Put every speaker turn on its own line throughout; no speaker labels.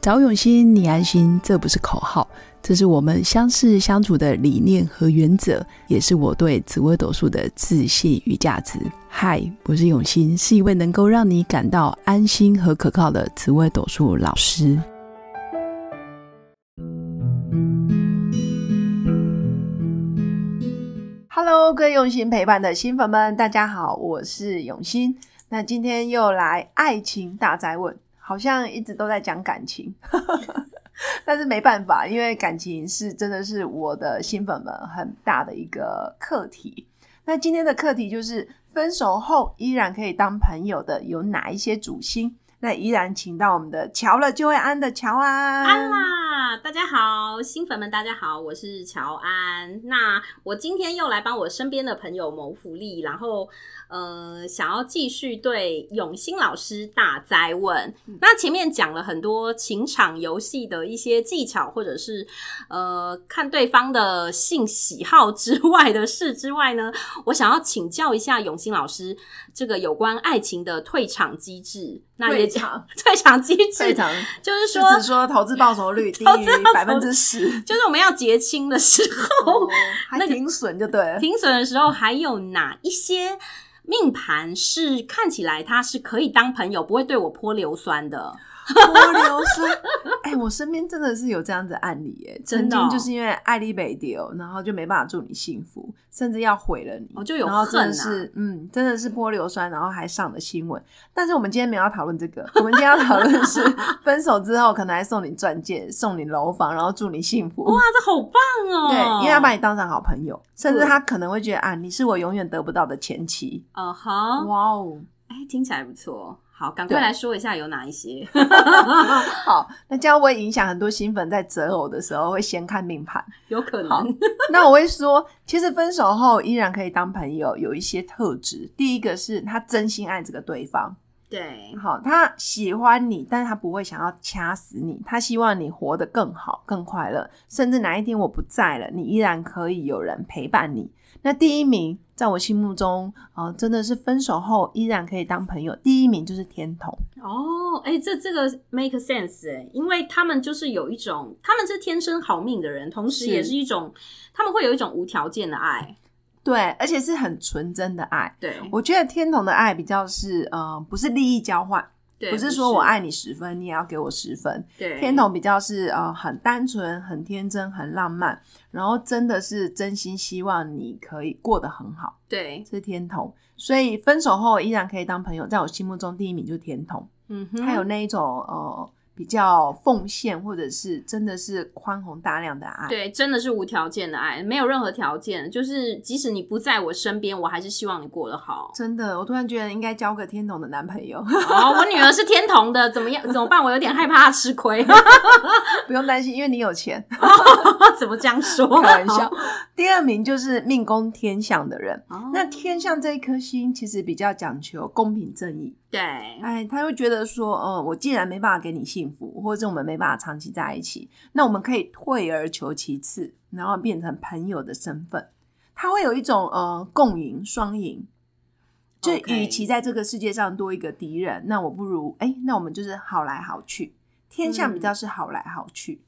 找永新，你安心，这不是口号，这是我们相识相处的理念和原则，也是我对紫微斗数的自信与价值。嗨，我是永新，是一位能够让你感到安心和可靠的紫微斗数老师。Hello，各位用心陪伴的新粉们，大家好，我是永新。那今天又来爱情大灾问，好像一直都在讲感情， 但是没办法，因为感情是真的是我的新粉们很大的一个课题。那今天的课题就是分手后依然可以当朋友的有哪一些主星？那依然请到我们的乔了就会安的乔啊安，
安啦！大家好，新粉们，大家好，我是乔安。那我今天又来帮我身边的朋友谋福利，然后呃，想要继续对永兴老师大灾问。
嗯
那前面讲了很多情场游戏的一些技巧，或者是呃看对方的性喜好之 外的事之外呢，我想要请教一下永兴老师，这个有关爱情的退场机制。那
退
也讲
场，
退场机
退
制，
场
就是
是
说，
指说投资报酬率低
投资
于
报酬
百分之十，
就是我们要结清的时候，
哦还挺损就对了。
停损的时候，还有哪一些命盘是看起来他是可以当朋友，不会对我泼硫酸的？
泼硫 酸。哎、我身边真的是有这样子的案例、哎，
真的哦
曾经就是因为爱丽北丢，然后就没办法祝你幸福，甚至要毁了你，
哦就有
然后真的
恨啊
是，嗯，真的是泼硫酸，然后还上了新闻。但是我们今天没有要讨论这个， 我们今天要讨论的是分手之后可能还送你钻戒，送你楼房，然后祝你幸福。
哇，这好棒哦！
对，因为他把你当成好朋友，甚至他可能会觉得啊，你是我永远得不到的前妻。
哦哈，
哇哦！
哎、听起来不错。好，赶
对
快来说一下有哪一些。
好，那这样会影响很多新粉在择偶的时候会先看命盘。
有可
好
能，
那我会说，其实分手后依然可以当朋友，有一些特质。第一个是他真心爱这个对方，
对，
好，他喜欢你，但是他不会想要掐死你，他希望你活得更好、更快乐，甚至哪一天我不在了，你依然可以有人陪伴你。那第一名，在我心目中，呃，真的是分手后依然可以当朋友，第一名就是天童。
哦，哎、这这个 make sense 哎、因为他们就是有一种，他们是天生好命的人，同时
是
也是一种，他们会有一种无条件的爱，
对，而且是很纯真的爱。
对，
我觉得天童的爱比较是，呃，不是利益交换，
对，
不是说我，爱你十分，你也要给我十分。
对，
天童比较是呃很单纯、很天真、很浪漫，然后真的是真心希望你可以过得很好，
对，
这是天童。所以分手后依然可以当朋友，在我心目中第一名就是天童。
嗯哼，
还有那一种呃比较奉献或者是真的是宽宏大量的爱，。
对，真的是无条件的爱，没有任何条件，就是即使你不在我身边，我还是希望你过得好
真的，我突然觉得应该交个天童的男朋友，
哦，我女儿是天童的，怎么样？怎么办？我有点害怕她吃亏，
不用担心，因为你有钱。
怎么这样说？
开玩 笑。第二名就是命宫天象的人。
哦。
那天象这一颗星其实比较讲求公平正义，
对，
哎，他会觉得说，呃，我既然没办法给你幸福，或者我们没办法长期在一起，那我们可以退而求其次，然后变成朋友的身份。他会有一种呃共赢双赢，就
OK
与其在这个世界上多一个敌人，那我不如哎，那我们就是好来好去。天
嗯
象比较是好来好去，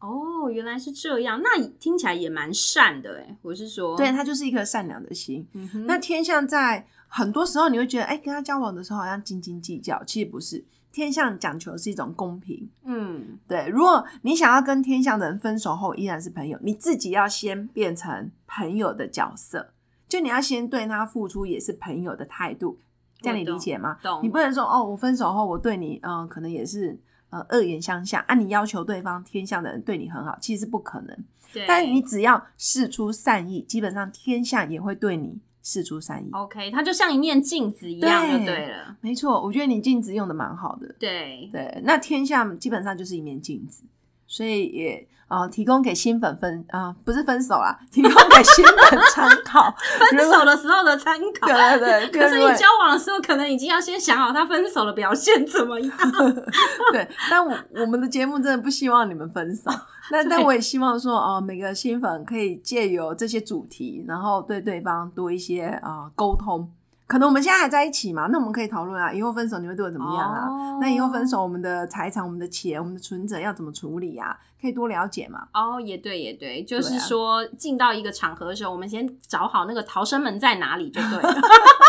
哦，原来是这样，那听起来也蛮善的哎。我是说，
对，，它就是一颗善良的心。
嗯哼，
那天象在很多时候你会觉得，哎、跟他交往的时候好像斤斤计较，其实不是。天象讲求的是一种公平，
嗯，
对。如果你想要跟天象的人分手后依然是朋友，你自己要先变成朋友的角色，就你要先对他付出也是朋友的态度，这样你
我懂
理解吗？
懂
你不能说哦，我分手后我对你，嗯、可能也是呃恶言相向啊，你要求对方天象的人对你很好，其实是不可能。
对，
但你只要事出善意，基本上天象也会对你事出善意。
OK，它就像一面镜子一样就
对
对了。
没错，我觉得你镜子用的蛮好的。
对，
对，那天下基本上就是一面镜子，所以也呃提供给新粉分啊、不是分手啦，提供给新粉参 考。
分手的时候的参考。
对对对，
可是
各位
你交往的时候，可能已经要先想好他分手的表现怎么样。
对，但我我们的节目真的不希望你们分 手。那但我也希望说，呃，每个新粉可以借由这些主题，然后对对方多一些啊沟通，可能我们现在还在一起嘛，那我们可以讨论啊，以后分手你会对我怎么样啊？
哦
那以后分手，我们的财产、我们的钱、我们的存折要怎么处理啊？可以多了解嘛。
哦，也对，也对，就
对
是
啊
说进到一个场合的时候，我们先找好那个逃生门在哪里就对了。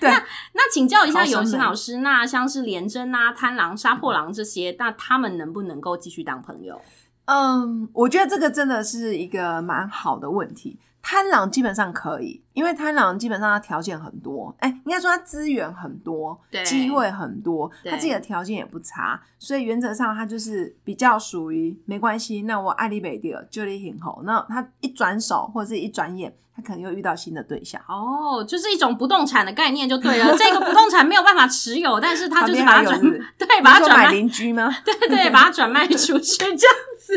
对
那那请教一下
逃生
有
门
心老师，那像是廉贞啊、贪狼、杀破狼这些，那他们能不能够继续当朋友？
嗯，我觉得这个真的是一个蛮好的问题。贪狼基本上可以，因为贪狼基本上他条件很多，哎、应该说他资源很多
对，
机会很多，
对
他自己的条件也不差，所以原则上他就是比较属于没关系。那我爱丽北迪尔就力很好，那他一转手或者是一转眼，他可能又遇到新的对象，
哦，就是一种不动产的概念就对 了。这个不动产没有办法持有，但是他就是把它
旁边还有
转，
是不是
对，把它
你说
转
买
卖，
邻居 吗？
对对，把它转卖出去这 样。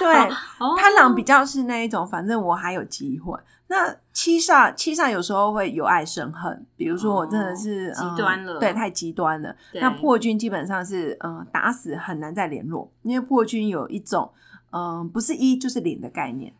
对，
哦，
贪狼比较是那一种，反正我还有机会。那七煞，七煞有时候会由爱生恨，比如说我真的是、
哦
呃
极端了
对，太极端了。
对
那破军基本上是，嗯、打死很难再联络，因为破军有一种，嗯、不是一就是零的概念，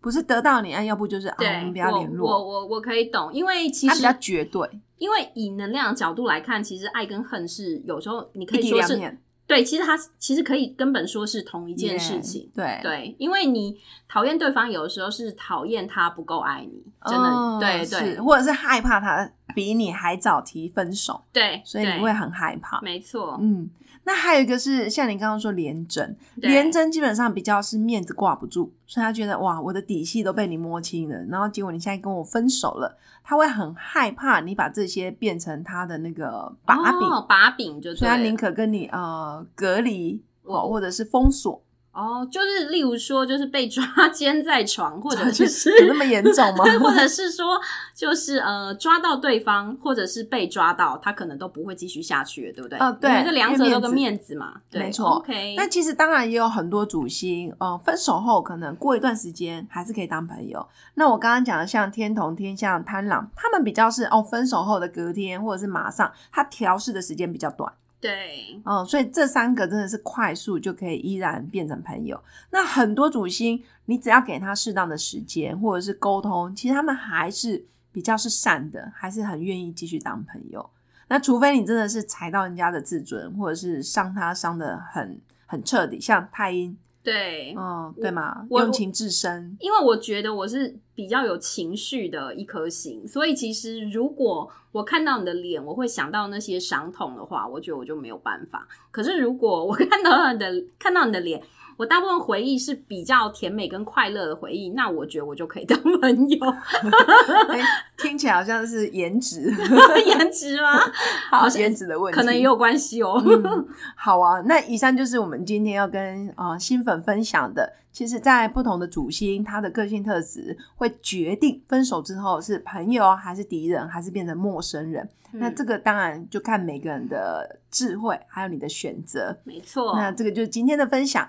不是得到你，啊，要不就是啊，我
对
们不要
我
联
我
络，
我我可以懂，因为其
它
实
比较绝对，
因为以能量的角度来看，其实爱跟恨是有时候你可
一
以
体
说
两
是
面
对，其实它是其实可以根本说是同一件事情。
对。
对，因为你讨厌对方，有的时候是讨厌他不够爱你，真的，
嗯
对
是
对
或者是害怕他比你还早提分手，
对，
所以
对
你会很害怕。
没错，哦
嗯，那还有一个是像你刚刚说廉贞，
对
廉贞基本上比较是面子挂不住，所以他觉得哇，我的底细都被你摸清了，然后结果你现在跟我分手了，他会很害怕你把这些变成他的那个把柄，
哦、把柄就
所
对
以
了，
他宁可跟你呃隔离。哦，
我
或者是封锁，
哦，就是例如说，就是被抓 奸在床，或者就是
有那么严重 吗？
或者是说，就是呃，抓到对方，或者是被抓到，他可能都不会继续下去了，对不对？
呃对
因为这两者都
因
跟
为面
面子嘛，对，
没错
OK，
但其实当然也有很多主星，呃，分手后可能过一段时间还是可以当朋友。那我刚刚讲的像天同、天象、贪狼，他们比较是哦，分手后的隔天或者是马上，他调试的时间比较短，
对，
嗯、所以这三个真的是快速就可以依然变成朋友。那很多主星，你只要给他适当的时间或者是沟通，其实他们还是比较是善的，还是很愿意继续当朋友。那除非你真的是踩到人家的自尊，或者是伤他伤的很很彻底，像太阴，
对，
嗯，对吗？
我
用情至 深，
因为我觉得我是比较有情绪的一颗心，所以其实如果我看到你的脸，我会想到那些伤痛的话，我觉得我就没有办法。可是如果我看到你的 看到你的脸，我大部分回忆是比较甜美跟快乐的回忆，那我觉得我就可以当朋友。
哎，听起来好像是颜值，
颜值吗？ 好像
颜值的问题，
可能也有关系哦。
嗯， 好啊，那以上就是我们今天要跟呃新粉分享的。其实，在不同的主星，他的个性特质会决定分手之后是朋友啊还是敌人，还是变成陌生人。那这
嗯
个当然就看每个人的智慧，还有你的选择。
没错，
那这个就是今天的分享。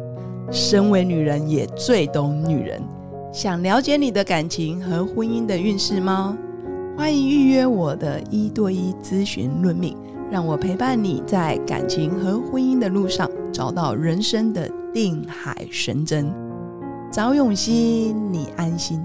身为女人也最懂女人。想了解你的感情和婚姻的运势吗？欢迎预约我的一对一咨询论命，让我陪伴你在感情和婚姻的路上找到人生的定海神针。找永熙，你安心。